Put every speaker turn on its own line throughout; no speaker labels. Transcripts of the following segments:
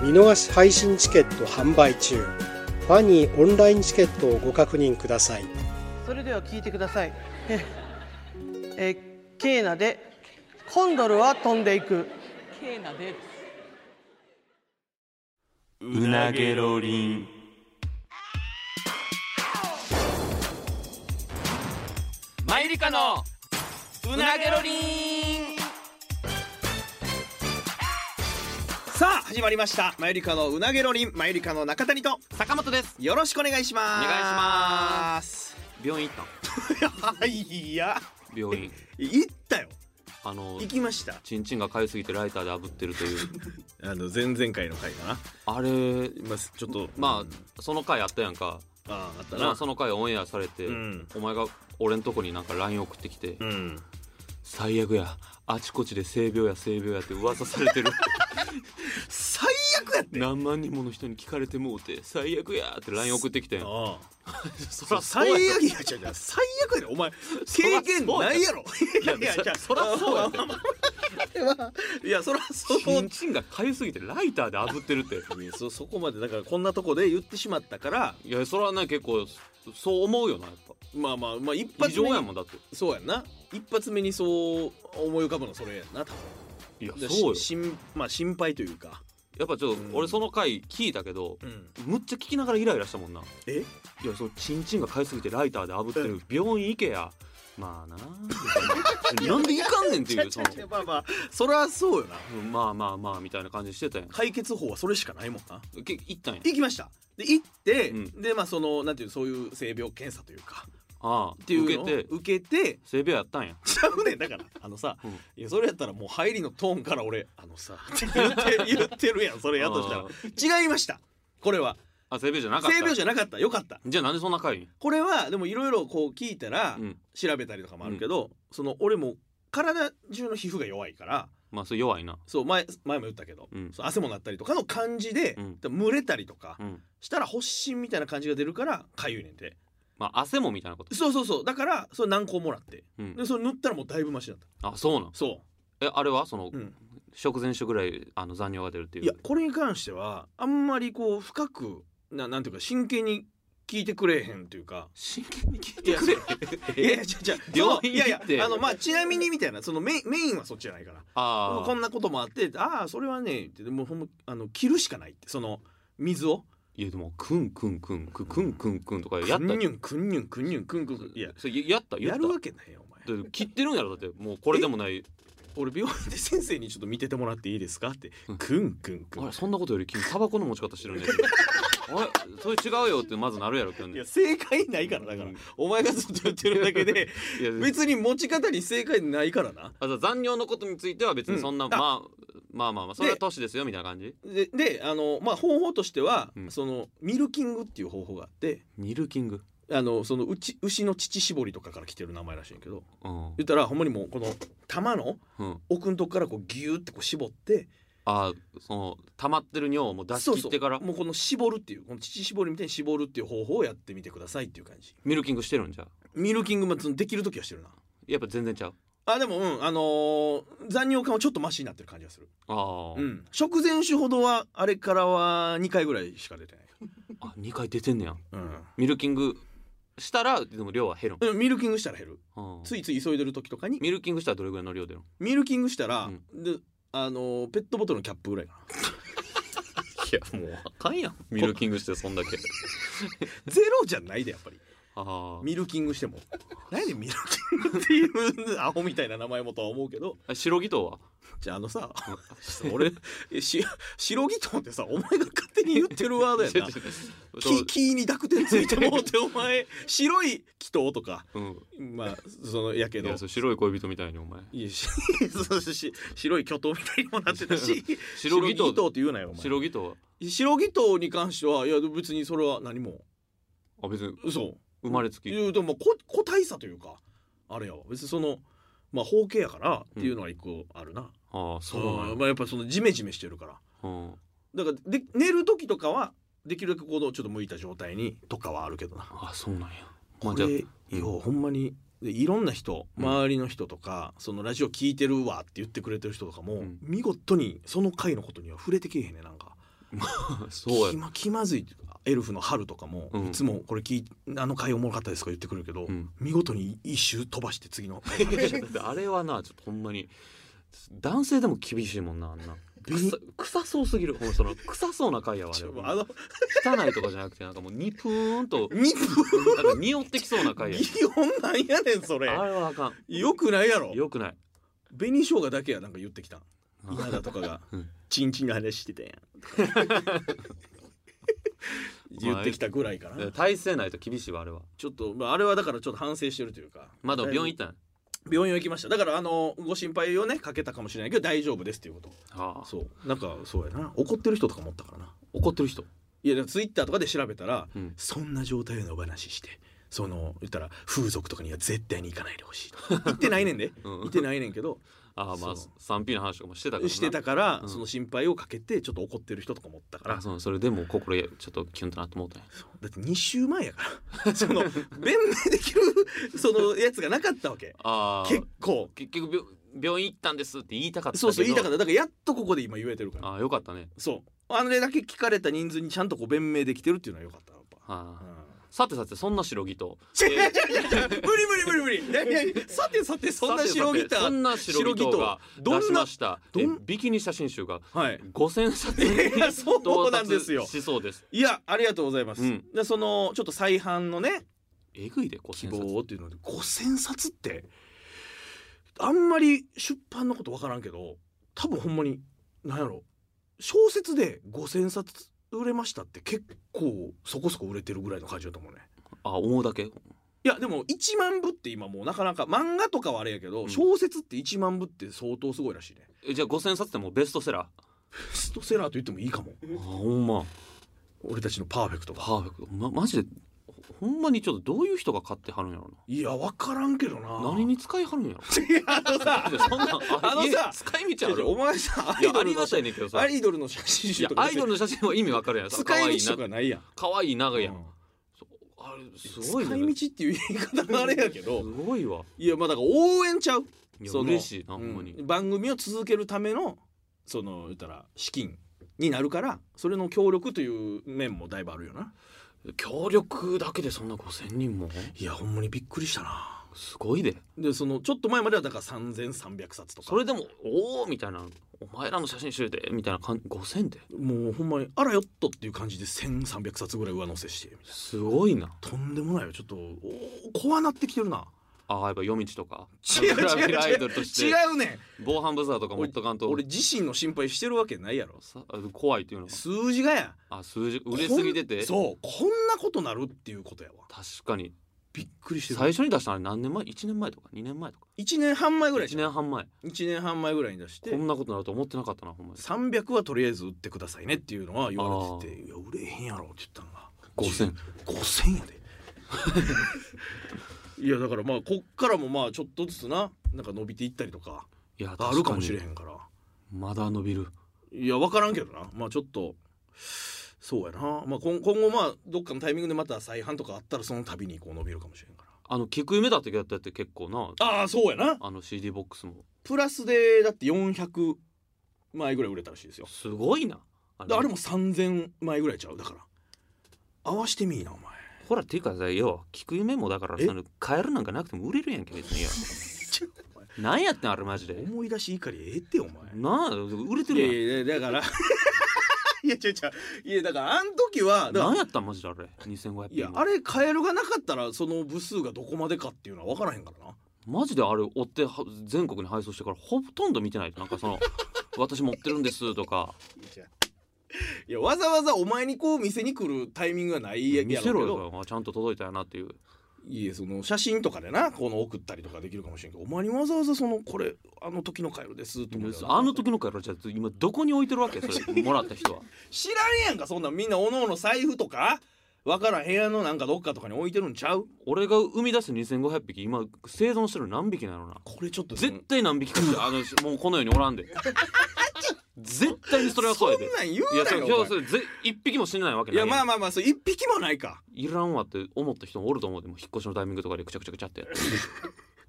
見逃し配信チケット販売中ファニーオンラインチケットをご確認ください
それでは聞いてください えーえーケーナでコンドルは飛んでいく
ケーナで
うなげろりんマイリカのうなげろりん
さあ始まりましたマユリカのうなげろりんマユリカの中谷と
坂本です
よろしくお願いします
お願いします病院行っ
いや
た病院
行ったよ
あの
行きました
チンチンが痒すぎてライターで炙ってるという
あの前々回の回かな
あれ
まあちょっと
まあその回あったやんか
あああった
ま
な
あその回オンエアされて、
うん
お前が俺んとこになんか LINE 送ってきて、
うん
最悪やあちこちで性病や性病やって噂されてる
最悪やって
何万人もの人に聞かれてもうて最悪やって LINE 送ってきてん
ああ
そらそう
最
や
悪やちゃうちゃう最悪やでお前経験ないやろいやいやじゃあ
そらそうやで
いやそらそう
チンチンが痒すぎてライターで炙ってるって
そそこまでだからこんなとこで言ってしまったから
いやそれはね結構そう思うよなやっ
まあまあまあ一
ぱ異
発
常
目に
やもんだって
そうやんな一発目にそう思い浮かぶのそれやんな多分
いや
で
そうよ
し心まあ心配というか、
やっぱちょっと
うん
俺その回聞いたけどむっちゃ聞きながらイライラしたもんな
え
いやそのチンチンが痒すぎてライターで炙ってる病院行けやまあなみたいななんで行かんねんっていうその
いやまあまあそりゃそうよな
うんまあまあまあみたいな感じしてたやん
解決法はそれしかないもんな
け行ったんや
行きましたで行って、
うん
でまあそのなんていうそういう性病検査というか
ああっ
ってていう
受
の
け
を
て
受けて
性病やったんや
ちゃうねんだからあのさ、
うん
いやそれやったらもう入りのトーンから俺あの さって言って言ってるやんそれやと
あ
したら違いましたこれは
あ性病じゃなかった
性病じゃなかったよかった
じゃあなんでそんな回に
これはでもいろいろこう聞いたら、
うん
調べたりとかもあるけど、その俺も体中の皮膚が弱いから
まあそれ弱いな
そう前前も言ったけど、
うん
そう汗もなったりとかの感じで、
うん
で蒸れたりとか
うん
したら発疹みたいな感じが出るからかゆいねんて
まあ汗もみたいなこと
そうそうそうだからそれ軟膏もらって
うん
でそれ塗ったらもうだいぶマシだった
あそうなん
そ
えあれはその、
う、うん、
食前酒ぐらいあの残尿が出るっていう
いやこれに関してはあんまりこう深くななんていうか真剣に聞いてくれへんというか
真剣に聞いてくれ
いやいやじゃじゃ
病院
いやい
行って
やあのまあちなみにみたいなそのメインメインはそっちじゃないから
あ
こ
あ
んなこともあってああそれはねってでもほんまあの切るしかないってその水を
いやでもクンクンクンククンクンクンとかやった
くんにゅんくんにゅんくんにゅんくんくんくんいや
それやったや
や
っ
るわ
た
けないよお前
で切ってるんやろだってもうこれでもない
俺病院で先生にちょっと見ててもらっていいですかって
うん
くんくんく
あ
ん
れそんなことより君タバコの持ち方してるね あれそれ違うよってまずなるやろけど
い
ね
や正解ないからだから
うん
お前がずっと言ってるだけで
いや
別に持ち方に正解ないからな
あじゃあ残尿のことについては別にそんな、
うんあ
まあ、まあまあまあそれは年ですよみたいな感じ
でであのまあ方法としては
うん
そのミルキングっていう方法があって
ミルキング
あのそのうち牛の乳搾りとかから来てる名前らしいんやけど
うん、
言ったらほんまにもうこの玉の
うん、
奥のとこからこうギューってこう絞って
あその溜まってる尿をもう出し切ってから
そうそうもうこの絞るっていうこの乳絞りみたいに絞るっていう方法をやってみてくださいっていう感じ
ミルキングしてるんじゃう
ミルキングもそのできる時はしてるな
やっぱ全然ちゃう
あでもうんあのー残尿感はちょっとマシになってる感じがする
ああ、
うん食前酒ほどはあれからは2回ぐらいしか出てない
あ2回出てんねや
うん
ミルキングしたらでも量は減るん、
うんミルキングしたら減る
うん
ついつい急いでる時とかに
ミルキングしたらどれぐらいの量出るん
ミルキングしたら、
うん
であのーペットボトルのキャップぐらいかな い
やもうあかんやんミルキングしてそんだけ
ゼロじゃないでやっぱり
あ
ミルキングしても何でミルキングっていうアホみたいな名前もとは思うけど
あ白木とは
じゃああのさ俺し白木とんってさお前が勝手に言ってるワードやな 木木に濁点ついてもうてお前白い祈祷とか
うん、
まあそのやけ
い
ど
やそう白い恋人みたいにお前
いやしそうそうし白い巨塔みたいにもなってたし
白木
白木
と
って言うなよお前
白木と
白木塔に関してはいや別にそれは何も
あ別に
嘘
生まれつき
いやでもこ個体差というかあれやわ別にそのまあ包茎やからっていうのは一個あるな、
ああそうなんや
んまあ、やっぱそのジメジメしてるか
う
ら
ん
だからで寝る時とかはできるだけこのちょっと向いた状態にとかはあるけどな
あそうなんやま
こ
あじゃあ
れようほんまにでいろんな人
うん
周りの人とか、そのラジオ聞いてるわって言ってくれてる人とかも、
うん
見事にその回のことには触れてけえへんねなんか
そう
気
や
ま気まずいというかエルフの春とかも、
うん
いつもこれ聞いあの回おもろかったですとか言ってくるけど、
うん
見事に一周飛ばして 次の回
あれはなちょっとほんまに男性でも厳しいもんなあんな
ビニ
臭臭そうすぎるほんまその臭そうな回やわあ
ち
れ
ょ
は
あの
汚いとかじゃなくてなんかもうニプーンと
2分
なんか匂ってきそうな回や
擬音なんやねんそれ
あれはあか
よくないやろ
んよくない
紅生姜だけやなんか言ってきた
うん
稲田とかが
うん
「チンチンの話してたやん」 言ってきたぐらいかな
体勢ないと厳しいわあれは
ちょっと、まあ、あれはだからちょっと反省してるというか
まあでも病院行ったんや
病院は行きましただからあのご心配をねかけたかもしれないけど大丈夫ですっていうこと
ああ
そうなんかそうやな怒ってる人とかもおったからな
怒ってる人
いやツイッターとかで調べたら、
うん
そんな状態のお話してその言ったら風俗とかには絶対に行かないでほしいと行ってないねんで
うん
行ってないねんけど
ああまあ
そう
3P の話とかもしてたからな
してたから、
うん
その心配をかけてちょっと怒ってる人とかもおったから
あそうそれでも心やちょっとキュンとなってもうたんや
だって2週前やから その弁明できる そのやつがなかったわけ
ああ
結構
結局病病院行ったんですって言いたかったけど
そうそう言いたかっただからやっとここで今言えてるから
ああよかったね
そうあれだけ聞かれた人数にちゃんとこう弁明できてるっていうのはよかったやっぱ、
は
う
あ、
ん
さてさてそんな白木と
違う違う違う無理無理無理無理いやいやさてさてそんな白ギタ
そん
ー
な白ギターが
どんな
出しました
どん
えビキニ写真集が
はい
5000冊
いや そうなんですよ
到達しそうです
いやありがとうございます、
うん
でそのちょっと再販のね
えぐいで5000
希
冊
望っていうので5,000冊ってあんまり出版のこと分からんけど多分ほんまに何やろ小説で5,000冊売れましたって結構そこそこ売れてるぐらいの感じだと思うね
あ思うだけ
いやでも1万部って今もうなかなか漫画とかはあれやけど、
うん
小説って1万部って相当すごいらしいね
えじゃあ5000冊ってもうベストセラ
ベストセラーと言ってもいいかも
ーあほんま
俺たちのパーフェクトが
パーフェクト、ま、マジでほほんまにちょっとどういう人が買ってはるんやろ
いや分からんけどな
な何に使いはるんやろ
いやあのさ
いやそんなん
あのさ
いや使い道ある
お前さア
いや
イ
あ
ドル
り
の
が
写
たいねんけどさ
アイドルの写真
い
集
や
とか
アイドルの写真は意味わかるやん
使
可愛
い
い
道
な
とかないやん
可愛い長いやん、
うん
あれすごいね
使い道っていう言い方があれやけ
す
ど
ごいわ
いやまあだから応援ちゃう、
いや
その
嬉しいなほ
うん
まに、
ん番組を続けるためのその言ったら資金になるからそれの協力という面もだいぶあるよな
協力だけでそんな5000人も
いやほんまにびっくりしたな
すごいで
でそのちょっと前まではだから3300冊とか
それでも「おお」みたいな「お前らの写真集で」みたいな感じ5000で
もうほんまにあらよっとっていう感じで1300冊ぐらい上乗せしてみたい
すごいな
なとんでもないよちょっとおー怖なってきてるな
ああやっぱ夜道とか
違 う違う
ラビ
違う
アイドルとして
違うね
防犯ブザーとか持っとかん
ん
と
俺自身の心配してるわけないやろ
さあ怖いっていうのが
数字がや
あ数字売れすぎてて
こんそうこんなことなるっていうことやわ
確かに
びっくりして
最
る
初に出したのあれ何年前1年前とか2年前とか
1年半前ぐらい
1年半前
1年半前ぐらいに出して
こんなことになると思ってなかったなほんまに
300はとりあえず売ってくださいねっていうのは言われてて「いや売れへんやろ」って言ったのが
5000
5000やで いやだからまあこっからもまあちょっとずつななんか伸びていったりとか
いや
あるかもしれへ
ん
んから
まだ伸びる
いや分からんけどなまあちょっとそうやな、まあ、今今後まあどっかのタイミングでまた再販とかあったらその度にこう伸びるかもしれんか
あの聞く夢だってやったって結構な
らああそうやな
あの CD ボックスも
プラスでだって400枚ぐらい売れたらしいですよ
すごいなあ
であれも3000枚ぐらいちゃうだから合わしてみいなお 前
ほらっていうかさよ聞く夢もだから
え
その買えるなんかなくても売れるやんけ別によなんやってんあれマジで
思い出し怒りええってお前
なあ売れてる
いやいやだから いや違う違ういやだからあん時は
やん
だ
な
か
ん
ら
やったんマジであれ2500円
いやあれカエルがなかったらその部数がどこまでかっていうのは分からへんからな
マジであれ追っては全国に配送してからほとんど見てないなんかその 私持ってるんですとか
いやわざわざお前にこう店に来るタイミングがないや
見せろ
やろうけど
よあちゃんと届いたよなっていう
いえその写真とかでなこの送ったりとかできるかもしれんけどお前にわざわざそのこれあの時のカエルですって思うよな
あの時のからじゃあ今どこに置いてるわけそれもらった 人は
知らんやんかそんなんみんなおのおの財布とかわからん部屋のなんかどっかとかに置いてるんちゃう
俺が生み出す2500匹今生存してるの何匹なのな
これちょっとその
絶対何匹かしらあのもうこの世におらんで絶対にそれはそうやで
そんなん言
いうや
な
そ
よ
う
お
今
前
日それぜ一匹も死んでないわけ
い
ない
や
ん
まあまあまあそう一匹もないか
いらんわって思った人もおると思うでもう引っ越しのタイミングとかでくちゃくちゃくちゃってやって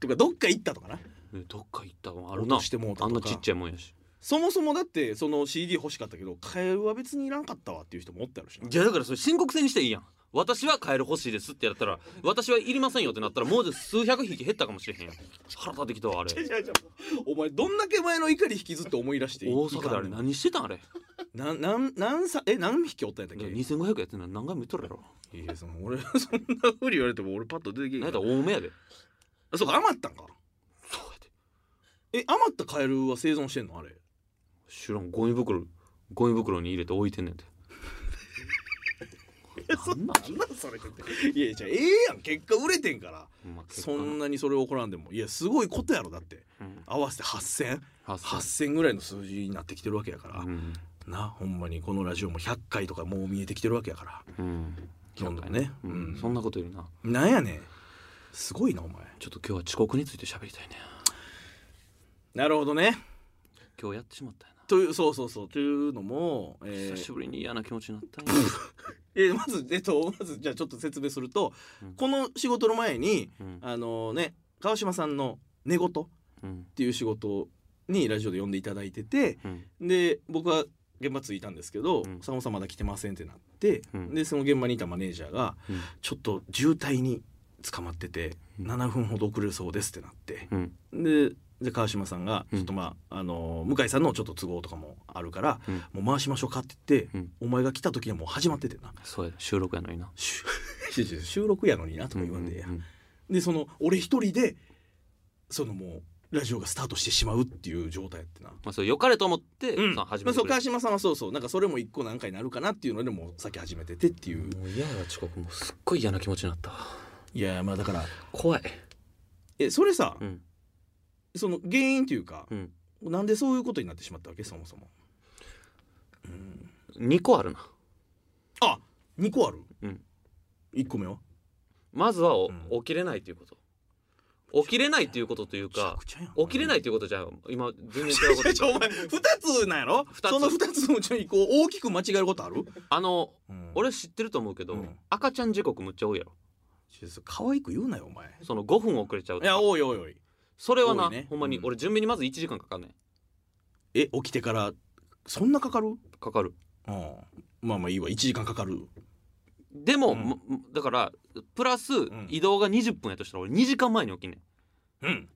とかどっか行ったとかな
ねどっか行ったもんある
落
な
としてもうた
あん
と
な
か
ちっちゃいもんやし
そもそもだってその CD 欲しかったけどカエルは別にいらんかったわっていう人もおったやろしない
やだからそれ申告制にしていいやん私はカエル欲しいですってやったら私はいりませんよってなったらもう数百匹減ったかもしれへんやん腹立ってきたわあれ
いやいやお前どんだけ前の怒り引きずって思い出してい
大阪であれ
いかんねん
何してたんあれ
なんなんなんさえ何匹おったんやったっけ
2500やってんの何回も言っとるやろ
いやその俺 そんなふうに言われても俺パッと出てけえへ
何や
ん
ったら多めやで
あそうか余ったんか
そうやで
え余ったカエルは生存してんのあれ
知らんゴミ袋ゴミ袋に入れて置いてんね んてなんなん
なんそれいやいやええやん結果売れてんから
まあ結果
そんなにそれ怒らんでもいやすごいことやろだって
うん
合わせて8000
発生
8000ぐらいの数字になってきてるわけやから、
うん
なほんまにこのラジオも100回とかもう見えてきてるわけやから
うん
どんどんね
う
うんん
そんなことよりな
なんやねんすごいなお前
ちょっと今日は遅刻について喋りたいね
なるほどね
今日やってしまったよな
というそうそうそうというのも、え
久
ー
しぶりに嫌な気持ちになったんや
えーまずえっとまずじゃあちょっと説明すると、
うん
この仕事の前に
うん
あのね川島さんの寝言っ
うん
ていう仕事にラジオで呼んでいただいてて
うん
で僕は現場着いたんですけど
うん
「坂本さんまだ来てません」ってなって、
うん
でその現場にいたマネージャーが
うん
「ちょっと渋滞に捕まってて
うん
7分ほど遅れるそうです」ってなって
うん
でで川島さんが
うん
ちょっとまあ、あの向井さんのちょっと都合とかもあるから、
うん
もう回しましょうかって言って、
うん
お前が来た時にはもう始まっててな
そうやで収録やのにな
収収録やのになとも言わんでええや、
うん
でその俺一人でそのもうラジオがスタートしてしまうっていう状態やってな。
まあそれ良かれと思って
うん
その始め
まあ、
て
そう
くれ
川島さんはそうそうなんかそれも一個何回なるかなっていうのでもう先始めててっていう
もう嫌や遅刻もうすっごい嫌な気持ちになった
いやいやまあだから
怖い
えそれさ、
うん
その原因というか
う、ん
なんでそういうことになってしまったわけそもそも、うん、
2個あるな
あ二個ある、
うん、
1個目は
まずはお
うん
起きれないということ起きれないということというか起きれないということじゃ今全然違うこ
ち ょちょお
と
前2つなんやろ
二つ
その2つのうちの1個を大きく間違えることある、
あの
うん
俺知ってると思うけど、
うん
赤ちゃん時刻むっちゃ多いやろ
ちょ可愛く言うなよお前
その5分遅れちゃう
いやおいおいおい
それはな、
多いね
ほんまに
うん
俺準備にまず1時間かかんねん
え起きてからそんなかかる
かかる
うんまあまあいいわ1時間かかる
でも、
うん
まだからプラス
ん
移動が20分やとしたら俺2時間前に起きんね
うん、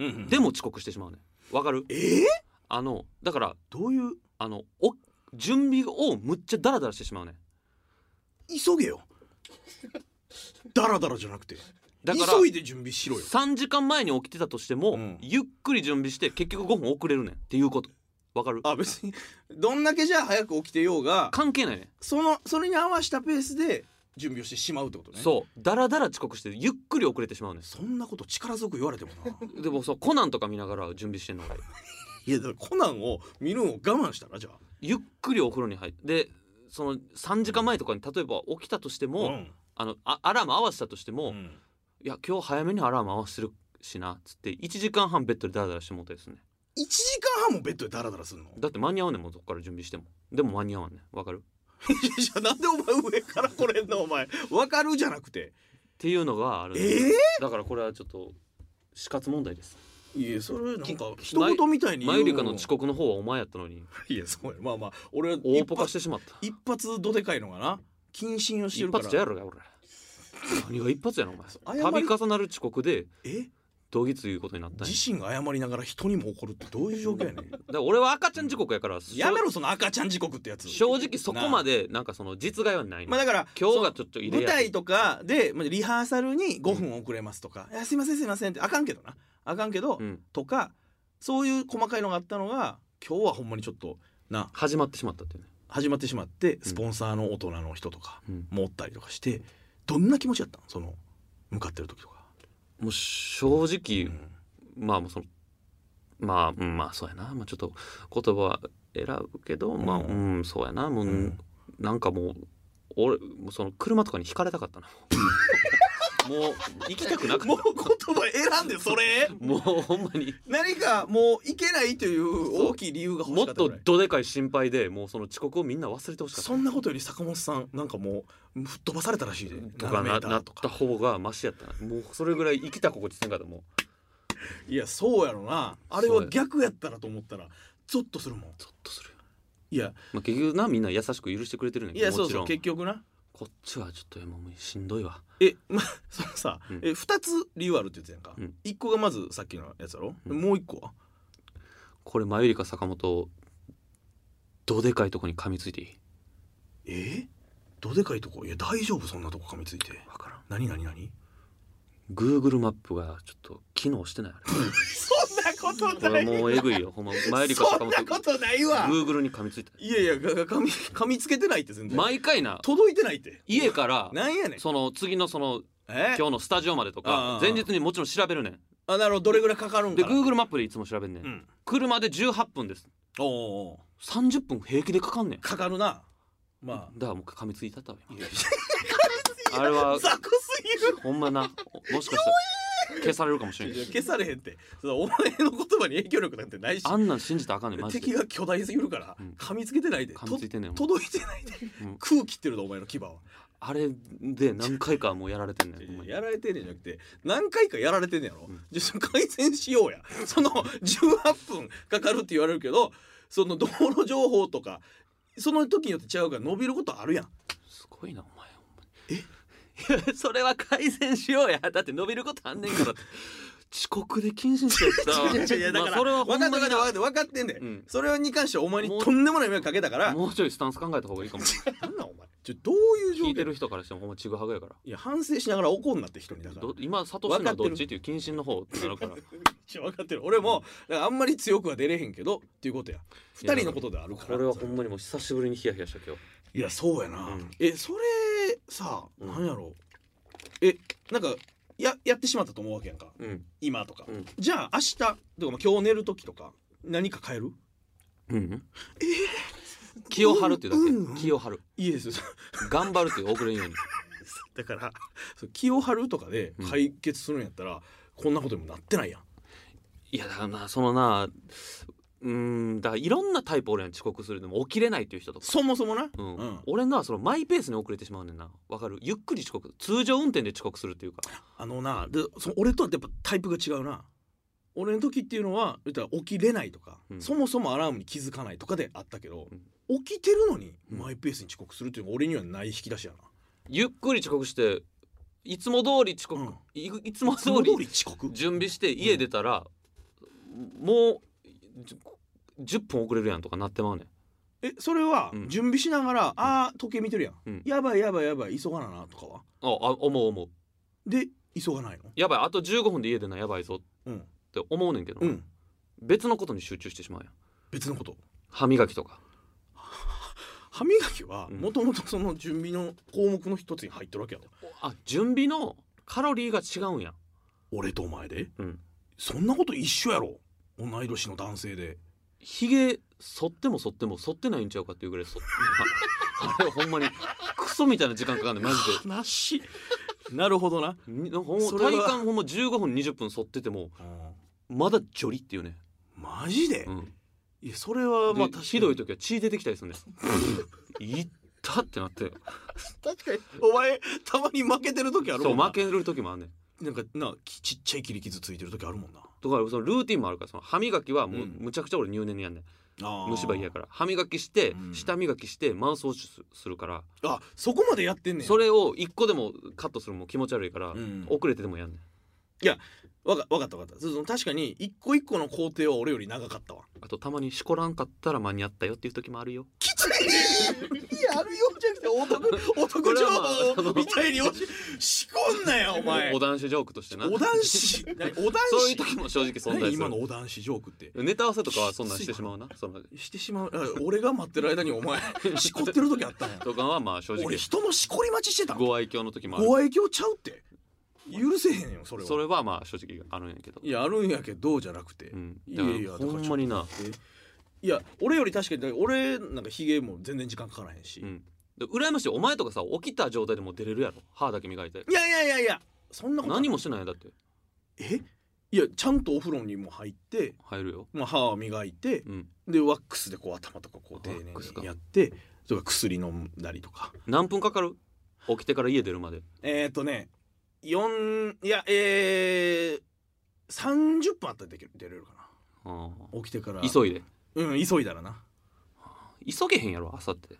うんうん
んでも遅刻してしまうねんわかる
えー、
あのだから
どういう
あのお準備をむっちゃダラダラしてしまうねん
急げよダラダラじゃなくて
だから
急いで準備しろよ
3時間前に起きてたとしても、
うん
ゆっくり準備して結局5分遅れるねんっていうことわかる
あ別にどんだけじゃあ早く起きてようが
関係ないね
そのそれに合わせたペースで準備をしてしまうってことね
そうだらだら遅刻してゆっくり遅れてしまうね
そんなこと力強く言われてもな
んでもそうコナンとか見ながら準備してんの俺
いやだからコナンを見るのを我慢したらじゃあ
ゆっくりお風呂に入ってでその3時間前とかに例えば起きたとしても、
ん
あのあアラーム合わせたとしても、い
うん
や今日早めにアラーム合わせるしなっつって1時間半ベッドでダラダラしてもうたですね
1時間半もベッドでダラダラするの
だって間に合わんねんもんどっから準備してもでも間に合わんねんわかるっ
じゃあなんでお前上からこれんのお前わかるじゃなくて
ていうのがあるん
え
です
え
だからこれはちょっと死活問題です
いやそれなんか
き
一言みたいに言
マ
う
ユリカの遅刻の方はお前やったのに
いやそうやまあまあ俺は
大
一
ポカし
発
てしまった
一発どでかいのかな謹慎をして
一
るから
発じゃやろうが俺何が一発やなお前
謝り
度重なる遅刻で
え
同義ということになったんや
自身が謝りながら人にも怒るってどういう状況やね ん
だから俺は赤ちゃん時刻やから
やめろその赤ちゃん時刻ってやつ
正直そこまでなんかその実害はない、
まあだから
今日がちょっと入れ
舞
やすい
台とかでまあリハーサルに5分遅れますとか「いやすいませんすいません」ってあかんけどなあかんけど、
うん
とかそういう細かいのがあったのが今日はほんまにちょっとな
始まってしまったっていうね
始まってしまってスポンサーの大人の人とか
うん
もおったりとかしてどんな気持ちだったのその向かってる時とか。
もう正直、
うん
まあもうそのまあうんまあそうやな、まあ、ちょっと言葉は選ぶけどまあ
う
うんそうやなもう、
うん
なんかもう俺もうその車とかにひかれたかった なもう行きたくなか
もう
っ
言葉選んでそれ
たもうほんまに
何かもういけないという大きい理由が欲
も
し
っ
かった
と
ぐらい
どでかい心配でもうその遅刻をみんな忘れてほしかった
そんなことより坂本さんなんかもう吹っ飛ばされたらしいで
とかな
7
なった方がマシやったなもうそれぐらい生きた心地せんかったもう
いやそうやろなあれは逆やったらと思ったらゾッとするもん
ゾッとするよ、
いや
まあ、結局なみんな優しく許してくれてるねん
い
けど
や
もちろ
そ
ん
うそう結局な
こっちはちょっともうしんどいわ
えまそのさ、
うん
え2つ理由あるって言ってたやんか、
うん
一1個がまずさっきのやつだろ、
うん
もう1個は
これマユリカ坂本どでかいとこに噛みついていい
えどでかいとこいや大丈夫そんなとこ噛みついて
分からん
何何何
Google マップがちょっと機能してないあれ
そんなこ
これもうえぐいよ ほんまマユリカ坂本
とない
Google に噛みついた
いやいやがが噛み噛みつけてないって全然
毎回な
届いてないって
家から
なんやねん
その次のその
え
今日のスタジオまでと
あ
か
ー
前日にもちろん調べるね
あなるほどどれぐらいかかる
ん
ん
で
かな
Google マップでいつも調べんね
うんん
車で18分です
おうおうおう
30分平気でかかんねん
かかるなま
だからもう噛みついたったわ今
あ
あれは
雑魚すぎる
ほんまなもしかしたら消されるかもしれん
いや消されへんってそのお前の言葉に影響力なんてないし
あんなん信じたらあかんねんマジで
敵が巨大すぎるから
うん
噛みつけてないで、
噛みついてんねん
と届いてないで、
うん
空気ってるのお前の牙は
あれで何回かもうやられてんねんほんまに
やられてんねんじゃなくて何回かやられてんねやろ、
うん
じゃあ改善しようや その18分かかるって言われるけどその道路情報とかその時によって違うから伸びることあるやん
すごいなお前ほんまにえいや それは改善しようや だって伸びることあんねんからって遅刻で謹慎しちゃった
いやいやい やだか
ま
ら、
あそれはほ
分
ん
か
ま
って
にな
分かって分かってんねん、
うん
それに関してはお前にとんでもない迷惑かけたから
もうちょいスタンス考えた方が いいかも
なんなんお前ちょどういう状
聞いて
況
る人からしてもほんまちぐはぐやから
いや反省しながら怒んなって人にだから
ど今諭してるのはどっちっていう謹慎の方ってなるから
一応分かってる俺もだからあんまり強くは出れへんけどっていうことや
いや
二人のことであるから
これはほんまにもう久しぶりにヒヤヒヤした今日
いやそうやな、
うん
えそれさ
うん
何やろうえなんかややってしまったと思うわけやんか
うん
今とか、
うん
じゃあ明日とかまあ今日寝る時とか何か変える
うん気を張るっていうだけ、
うんうん
気を張る
いいですよそ
頑張るっていう遅れんように
だからそう気を張るとかで解決するんやったら、こんなことにもなってないやん
いやだからなそのなうーんだからいろんなタイプ俺らに遅刻するのも起きれないっていう人とか、
そもそもな、
うん
うん
俺のはそのマイペースに遅れてしまうねんなわかるゆっくり遅刻通常運転で遅刻するっていうか
あのなでそ俺とはやっぱタイプが違うな俺の時っていうのは言ったら起きれないとか、
うん
そもそもアラームに気づかないとかであったけど、起きてるのにマイペースに遅刻するっていうのが俺にはない引き出しやな、
ゆっくり遅刻していつも通り遅刻、
うん
いいつも
そ
通
の通
り
り遅刻
準備して家出たら、もうじゅ10分遅れるやんとかなってまうねん
えそれは
うん
準備しながら、あー時計見てるやん、
うん
やばいやばいやばい急がななとかは
ああ思う思う
で急がないの
やばいあと15分で家出なやばいぞ
うん、
って思うねんけど、
うん、
別のことに集中してしまうやん
別のこと
歯磨きとか
歯磨きは
うん
もともとその準備の項目の一つに入ってるわけやろ
あ準備のカロリーが違うんや
俺とお前で
うん
そんなこと一緒やろ同い年の男性で
ひげ剃っても剃っても剃ってないんちゃうかっていうぐらい剃って あれほんまにクソみたいな時間かかんねんマジ
なしなるほどな、
でにほんま
それは
体感ほんま15分20分剃っててもまだジョリっていうね、
マジで、
うん、
いやそれはまあ確
で
かに
ひどい時は血出てきたりするねんいったってなって
確かにお前たまに負けてる時ある
そう
も
ん
な
負ける時もあんねん
なんかなきちっちゃい切り傷ついてる時あるもんな
とかそのルーティンもあるからその歯磨きはもう
うん
むちゃくちゃ俺入念にやんねん、
あー
虫歯嫌やから歯磨きして
うん
舌磨きしてマウスウォッシュするから
あそこまでやってんねん
それを一個でもカットするのも気持ち悪いから、
うん
遅れてでもやんねん
わかわかったわかったそうそう確かに一個一個の工程は俺より長かったわ
あとたまにしこらんかったら間に合ったよっていう時もあるよ
きついいやあるよじゃなくて お得お得情
これはまあ
報みたいに押し仕込んな よお前
お男子ジョークとしてな
お男子 何お男
そういう
子
時も正直存在
何
す
今の
る
お男子ジョークって
ネタ合わせとかはそんなんしてしまうなその
してしまうあ俺が待ってる間にお 前しこってる時あったんや
とかはまあ正直
俺人のしこり待ちしてた
ご愛嬌の時もある
ご愛嬌ちゃうって許せへんよそれは
それはまあ正直あるんやけど
いやあるんやけどじゃなくて、
うん
い
だ
や
か
いや
らほんまにな
えいや俺より確かにだから俺なんかヒゲも全然時間かからへんし、
うんで羨ましいお前とかさ起きた状態でもう出れるやろ歯だけ磨いて
いやいやいやいやそんなこと
何もしてないよだって
えいやちゃんとお風呂にも入って、
入るよ
まあ、歯を磨いて
うん
でワックスでこう頭とかこう丁
ワ
寧
ックスか
にやってとか薬飲んだりとか
何分かかる起きてから家出るまで
えっ、ー、とね4いやえー、30分あったらできる出れるか
あ
な起きてから
あ急いで
うん急いだらな
急げへんやろ朝って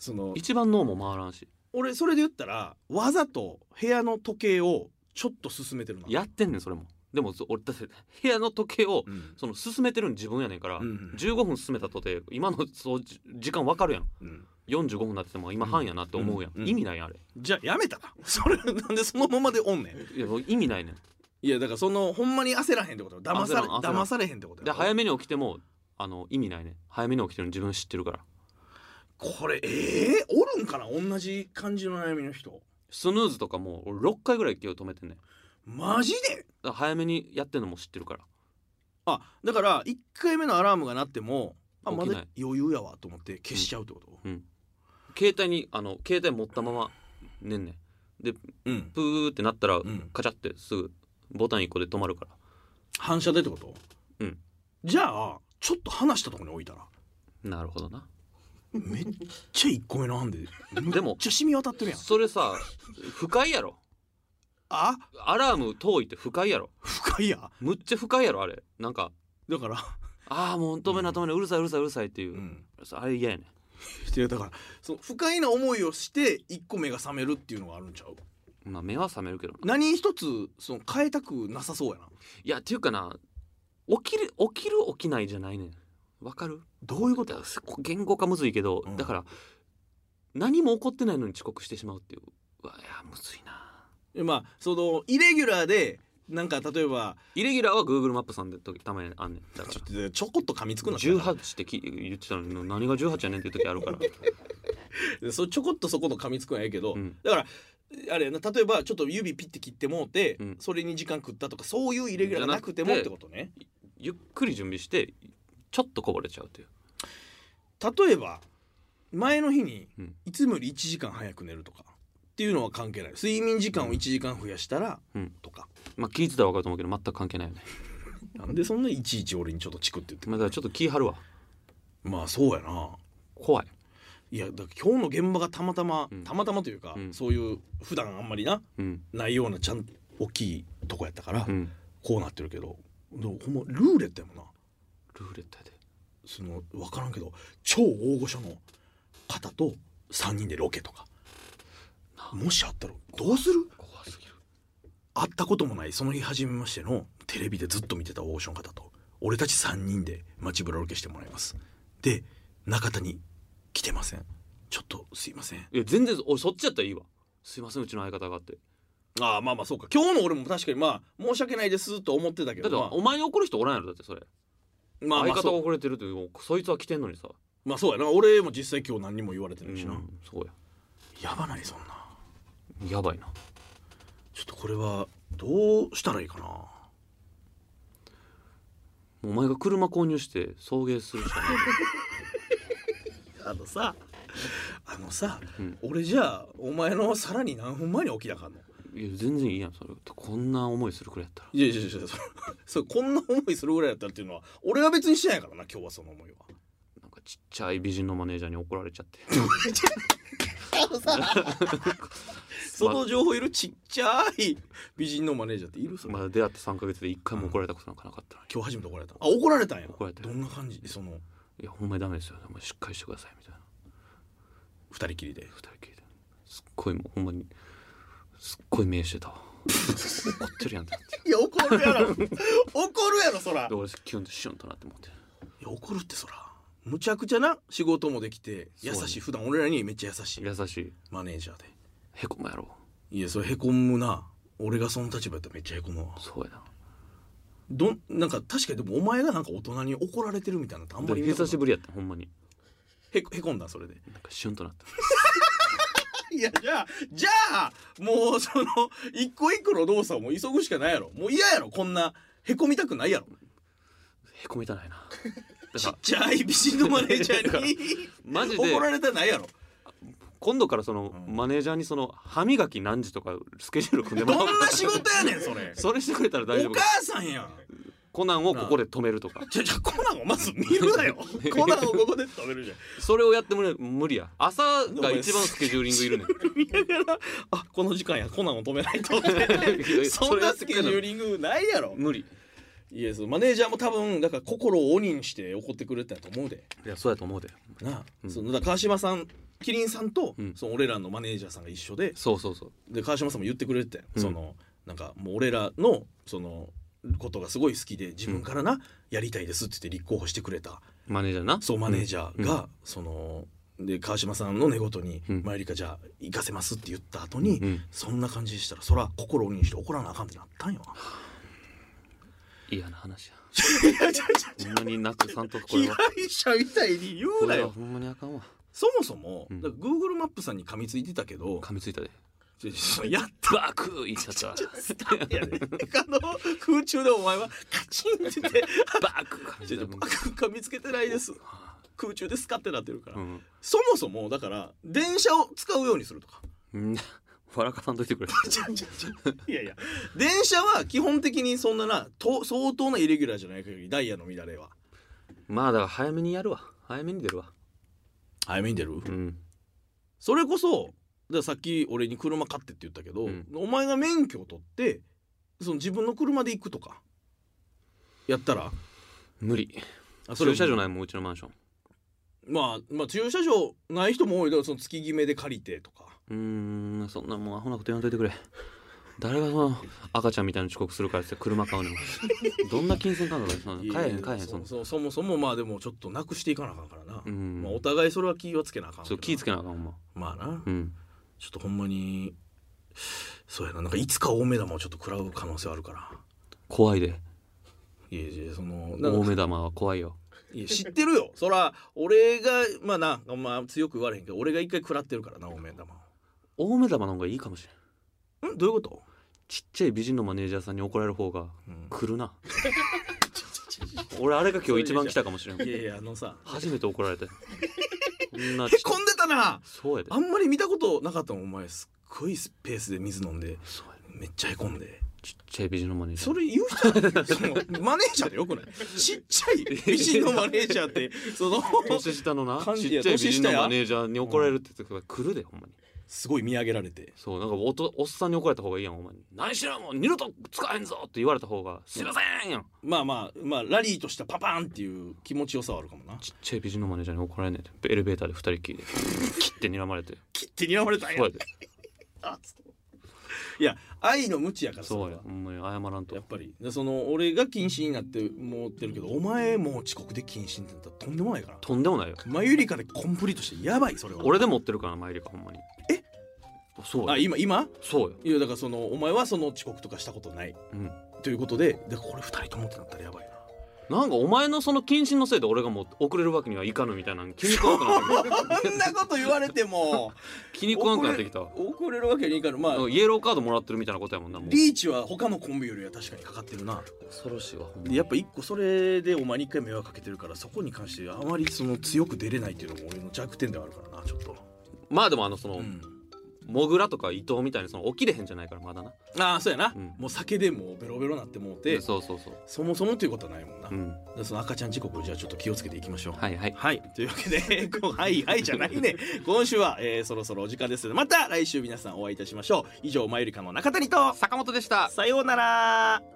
その
一番脳も回らんし
俺それで言ったらわざと部屋の時計をちょっと進めてるな
やってんねんそれもでもそ俺だって部屋の時計を
うん
その進めてるん自分やねんから、
うん
15分進めたとて今のそうじ時間わかるやん
うん
45分になってても今半やなって思うやん、
うんうん
意味ないやんあれ
じゃあやめたらそれなんでそのままでおんねん
いやもう意味ないねん
いやだからそのほんまに焦らへんってことよ騙され
焦らん焦らん
騙されへんってことよ
で早めに起きてもあの意味ないねん早めに起きてるの自分知ってるから
これえー、おるんかな同じ感じの悩みの人
スヌーズとかも俺6回ぐらい今日止めてんねんだか
マジで
ら早めにやってんのも知ってるから
あだから1回目のアラームが鳴ってもあ
起き
ま
ない
だ余裕やわと思って消しちゃうってこと
携帯にあの携帯持ったままねんねん
うん、
プーってなったら、
ん
カチャってすぐボタン1個で止まるから
反射でってこと
うん
じゃあちょっと離したところに置いたら
なるほどな
めっちゃ1個目の案で
でも
めっちゃ染み渡ってるやん
それさ不快やろ
あ
アラーム遠いって不快やろ
深いや
むっちゃ不快やろあれなんか
だから
ああもう止めな止めなうるさいうるさいうるさいっていう、
うん
あれ嫌やねん
いやだからその不快な思いをして1個目が覚めるっていうのがあるんちゃう
まあ目は覚めるけどな
何一つその変えたくなさそうやない
やっていうかな起きる起きる起きないじゃないねんわかる
どういうこと
だ言語化むずいけど、
うん
だから何も起こってないのに遅刻してしまうっていううわいやむずいな
えまあそのイレギュラーでなんか例えば
イレギュラーは Google マップさんで時たまにあんねんだか
ち
ら
ょっとちょこっと噛みつくな
18ってき言ってたのに何が18やねんっていう時あるから
そうちょこっとそこの噛みつくんやけど、
うん
だからあれやな例えばちょっと指ピッて切ってもうて、
うん
それに時間食ったとかそういうイレギュラーがなくても
じ
っ
ゃなく
て
て
ことね
ゆっくり準備してちょっとこぼれちゃうっていう
例えば前の日に
うん
いつもより1時間早く寝るとかっていうのは関係ない睡眠時間を1時間増やしたら
うん
とか、
まあ聞いてたら分かると思うけど全く関係ないよね
なんでそんないちいち俺にちょっとチクって言ってくる
まあだからちょっと気張るわ
まあそうやな
怖い
いやだから今日の現場がたまたま、
うん
たまたまというか、
うん
そういう普段あんまりな
うん
ないようなちゃん大きいとこやったから、
うん
こうなってるけどでもほんまルーレットやもんな
ルーレットやで
その分からんけど超大御所の方と3人でロケとかもしあったらどうする
怖すぎる
会ったこともないその日初めましてのテレビでずっと見てた大御所の方と俺たち3人で街ぶらロケしてもらいますで中田に来てませんちょっとすいません
いや全然俺そっちやったらいいわすいませんうちの相方がって
ああまあまあそうか今日の俺も確かにまあ申し訳ないですと思ってたけ
だ
ど
ってお前に怒る人おらんやろだってそれ、
まあまあ
相方が
そう
怒れてるというもうそいつは来てんのにさ、
まあそうやな俺も実際今日何にも言われて
う
ない
ん
しな、
そうや
やばないそんな
やばいな
ちょっとこれはどうしたらいいかな
もうお前が車購入して送迎するしかない
あのさあのさ、
うん
俺じゃあお前のさらに何分前に起きなあかんの
いや全然いいやんそれこんな思いするくらいやったら
いやいやいやいやそれ それこんな思いするぐらいだったらっていうのは俺は別にしてないからな今日はその思いは
なんかちっちゃい美人のマネージャーに怒られちゃって
その情報いるちっちゃい美人のマネージャーっているそれ、
まだ出会って3か月で1回も怒られたことなんかなかったのに
今日初めて怒られたあ怒られたんや
怒られた
どんな感じその
いやほんまにダメですよもうしっかりしてくださいみたいな
二人きりで
二人きりですっごいもうほんまにすっごい目してたわ怒ってるやんって なって
いや怒るや ろ怒るやろそら
で俺キュンとシュンとなって思って
いや怒るってそらむちゃくちゃな仕事もできて優
そうや
しい
ね
普段俺らにめっちゃ優しい
優しい
マネージャーで
へこむやろ
いやそれへこむな俺がその立場やったらめっちゃへこむわ
そうやな
どんなんか確かにでもお前がなんか大人に怒られてるみたいなのってあんまり見たこ
久
とない
しぶりやったほんまに
へこへこんだそれで
なんかシュンとなった
いやじゃあじゃあもうその一個一個の動作をもう急ぐしかないやろもう嫌やろこんなへこみたくないやろ
へこみたないなだ
ち
か
っ
ら
ちゃい美人のマネージャー に
マジで
怒られたらないやろ
今度からその
うん
マネージャーにその歯磨き何時とかスケジュール組んでもらおう
どんな仕事やね んそれ
それしてくれたら大丈
お
夫か
母さんやん
コナンをここで止めるとか
じゃじゃコナンをまず見るなよ コナンをここで食べるじゃん
それをやってもらえ無理や朝が一番スケジューリングいるねん
見ながらあこの時間やコナンを止めない とってそんなスケジューリングないやろ
無理
いやそのマネージャーも多分だから心を鬼にして怒ってくれてたと思うで
いやそうやと思うで
なあ、
うん
そのだから川島さんキリンさんと、
うん
その俺らのマネージャーさんが一緒で
そうそうそう
で川島さんも言ってくれてたよ、
うん
そのなんかもう俺らのそのことがすごい好きで自分からな、やりたいですって言って立候補してくれた
マネージャーな
そうマネージャーが、
うん
そので川島さんの寝言に
うん
「マユリカじゃあ行かせます」って言った後に、
うん
そんな感じでしたらそら心を鬼にして怒らなあかんってなったん よな。
嫌な話やほんまに泣くさんとこ
被
れ
害
は
者みたいに言う
こ
な
れは
よ
ほんまにあかんわ
そもそも、
うん
だから Google マップさんに噛みついてたけど
噛みついたで
ちょちょやっ
バクー言っちゃった
いやねあの空中でお前はカチンって 言って
バクー噛み
ち
ついた
ょっと噛みつけてないです空中ですかってなってるから、
うん
そもそもだから電車を使うようにするとか
うん笑かさんといてくれ
いやいや電車は基本的にそんななと相当なイレギュラーじゃない限りダイヤの乱れは
まあだから早めにやるわ早めに出るわ
早めに出る
うん
それこそだからさっき俺に車買ってって言ったけど、
うん
お前が免許を取ってその自分の車で行くとかやったら
無理
あそれ
駐車場ないもんうちのマンション
まあ、まあ駐車場ない人も多いだからその月決めで借りてとか
うーんそんなもうアホなこと言わんといてくれ誰がその赤ちゃんみたいに遅刻するからって車買うねんどんな金銭感覚でそんな買えへん買えへんそ
そ
んな
そそもそもまあでもちょっとなくしていかなあかんからな、
うん
まあ、お互いそれは気はつけなあかんけ
そう
ど
気ぃつけなあかんほんま
まあな
うん
ちょっとほんまにそうやななんかいつか大目玉をちょっと食らう可能性はあるから
怖いで
いやいやそのなん
大
か
目玉は怖いよ
いや知ってるよそら俺がまあな、まあ、強く言われへんけど俺が一回食らってるからな大目玉
大目玉の方がいいかもしれん
をんどういうこと
ちっちゃい美人のマネージャーさんに怒られる方が
うん
来 るな俺あれが今日一番来たかもしれ
いや
ん
いやあ のさ
初めて怒ら れてこんな
へ
ちっ
こんでたな
そうやで
あんまり見たことなかったもんお前すっごいスペースで水飲んで
そうやで
めっちゃへこんで
ちっちゃい美人のマネージャ
そ
ー
れ言う人やそのマネージャーでよくない ちっちゃい美人のマネージャーってその
年下のな
感
ち
じ
っ
や
ちゃい美人の
年下や
マネージャーに怒られるって言ってたから来るでほんまに
すごい見上げられて
そうなんかおとおっさんに怒られた方がいいやんお前何しろもう二度と使えんぞって言われた方がすいませんやん
まあまあまあラリーとしたパパーンっていう気持ちよさはあるかもな
ちっちゃい美人のマネージャーに怒られねえでエレベーターで二人き りで切って睨まれて
切って睨まれた
そ
ん
う
や
やで
あつっていや愛の無知やから
そうや
そ
ほんまに謝らん
れはや
と
っぱりでその俺が禁止になって思ってるけどお前もう遅刻で禁止になったらとんでもないから
とんでもないよ
マユリカでコンプリートしてやばいそれは
俺で持ってるからなマイリカほんまに
え
そう
あ
や
今今
そうや
いやだからそのお前はその遅刻とかしたことない
うん
ということででこれ二人ともってなったらやばいな
なんかお前のその謹慎のせいで俺がもう遅れるわけにはいかぬみたいなの気に食わんくなってきた
そんなこと言われて も
気に食わんくなってきたわ
遅れるわけにいかぬまあ
イエローカードもらってるみたいなことやもんなもう
リーチは他のコンビよりは確かにかかってるな
恐ろしいわほんま
でやっぱ一個それでお前に一回迷惑かけてるからそこに関してあまりその強く出れないっていうのも俺の弱点ではあるからなちょっと、
まあでもあのその、
うん、
モグラとか伊藤みたいにその起きれへんじゃないからまだな
ああそうやな、
うん
もう酒でもうベロベロなってもうてそ
そうそうそう
もそもっていうことはないもんな、
うん
でその赤ちゃん時刻をじゃあちょっと気をつけていきましょう
はいはい
はい。というわけで、 こうはいはいじゃないね。今週は、えーそろそろお時間ですので、また来週皆さんお会いいたしましょう。以上、まゆりかの中谷と、
坂本でした
さようなら。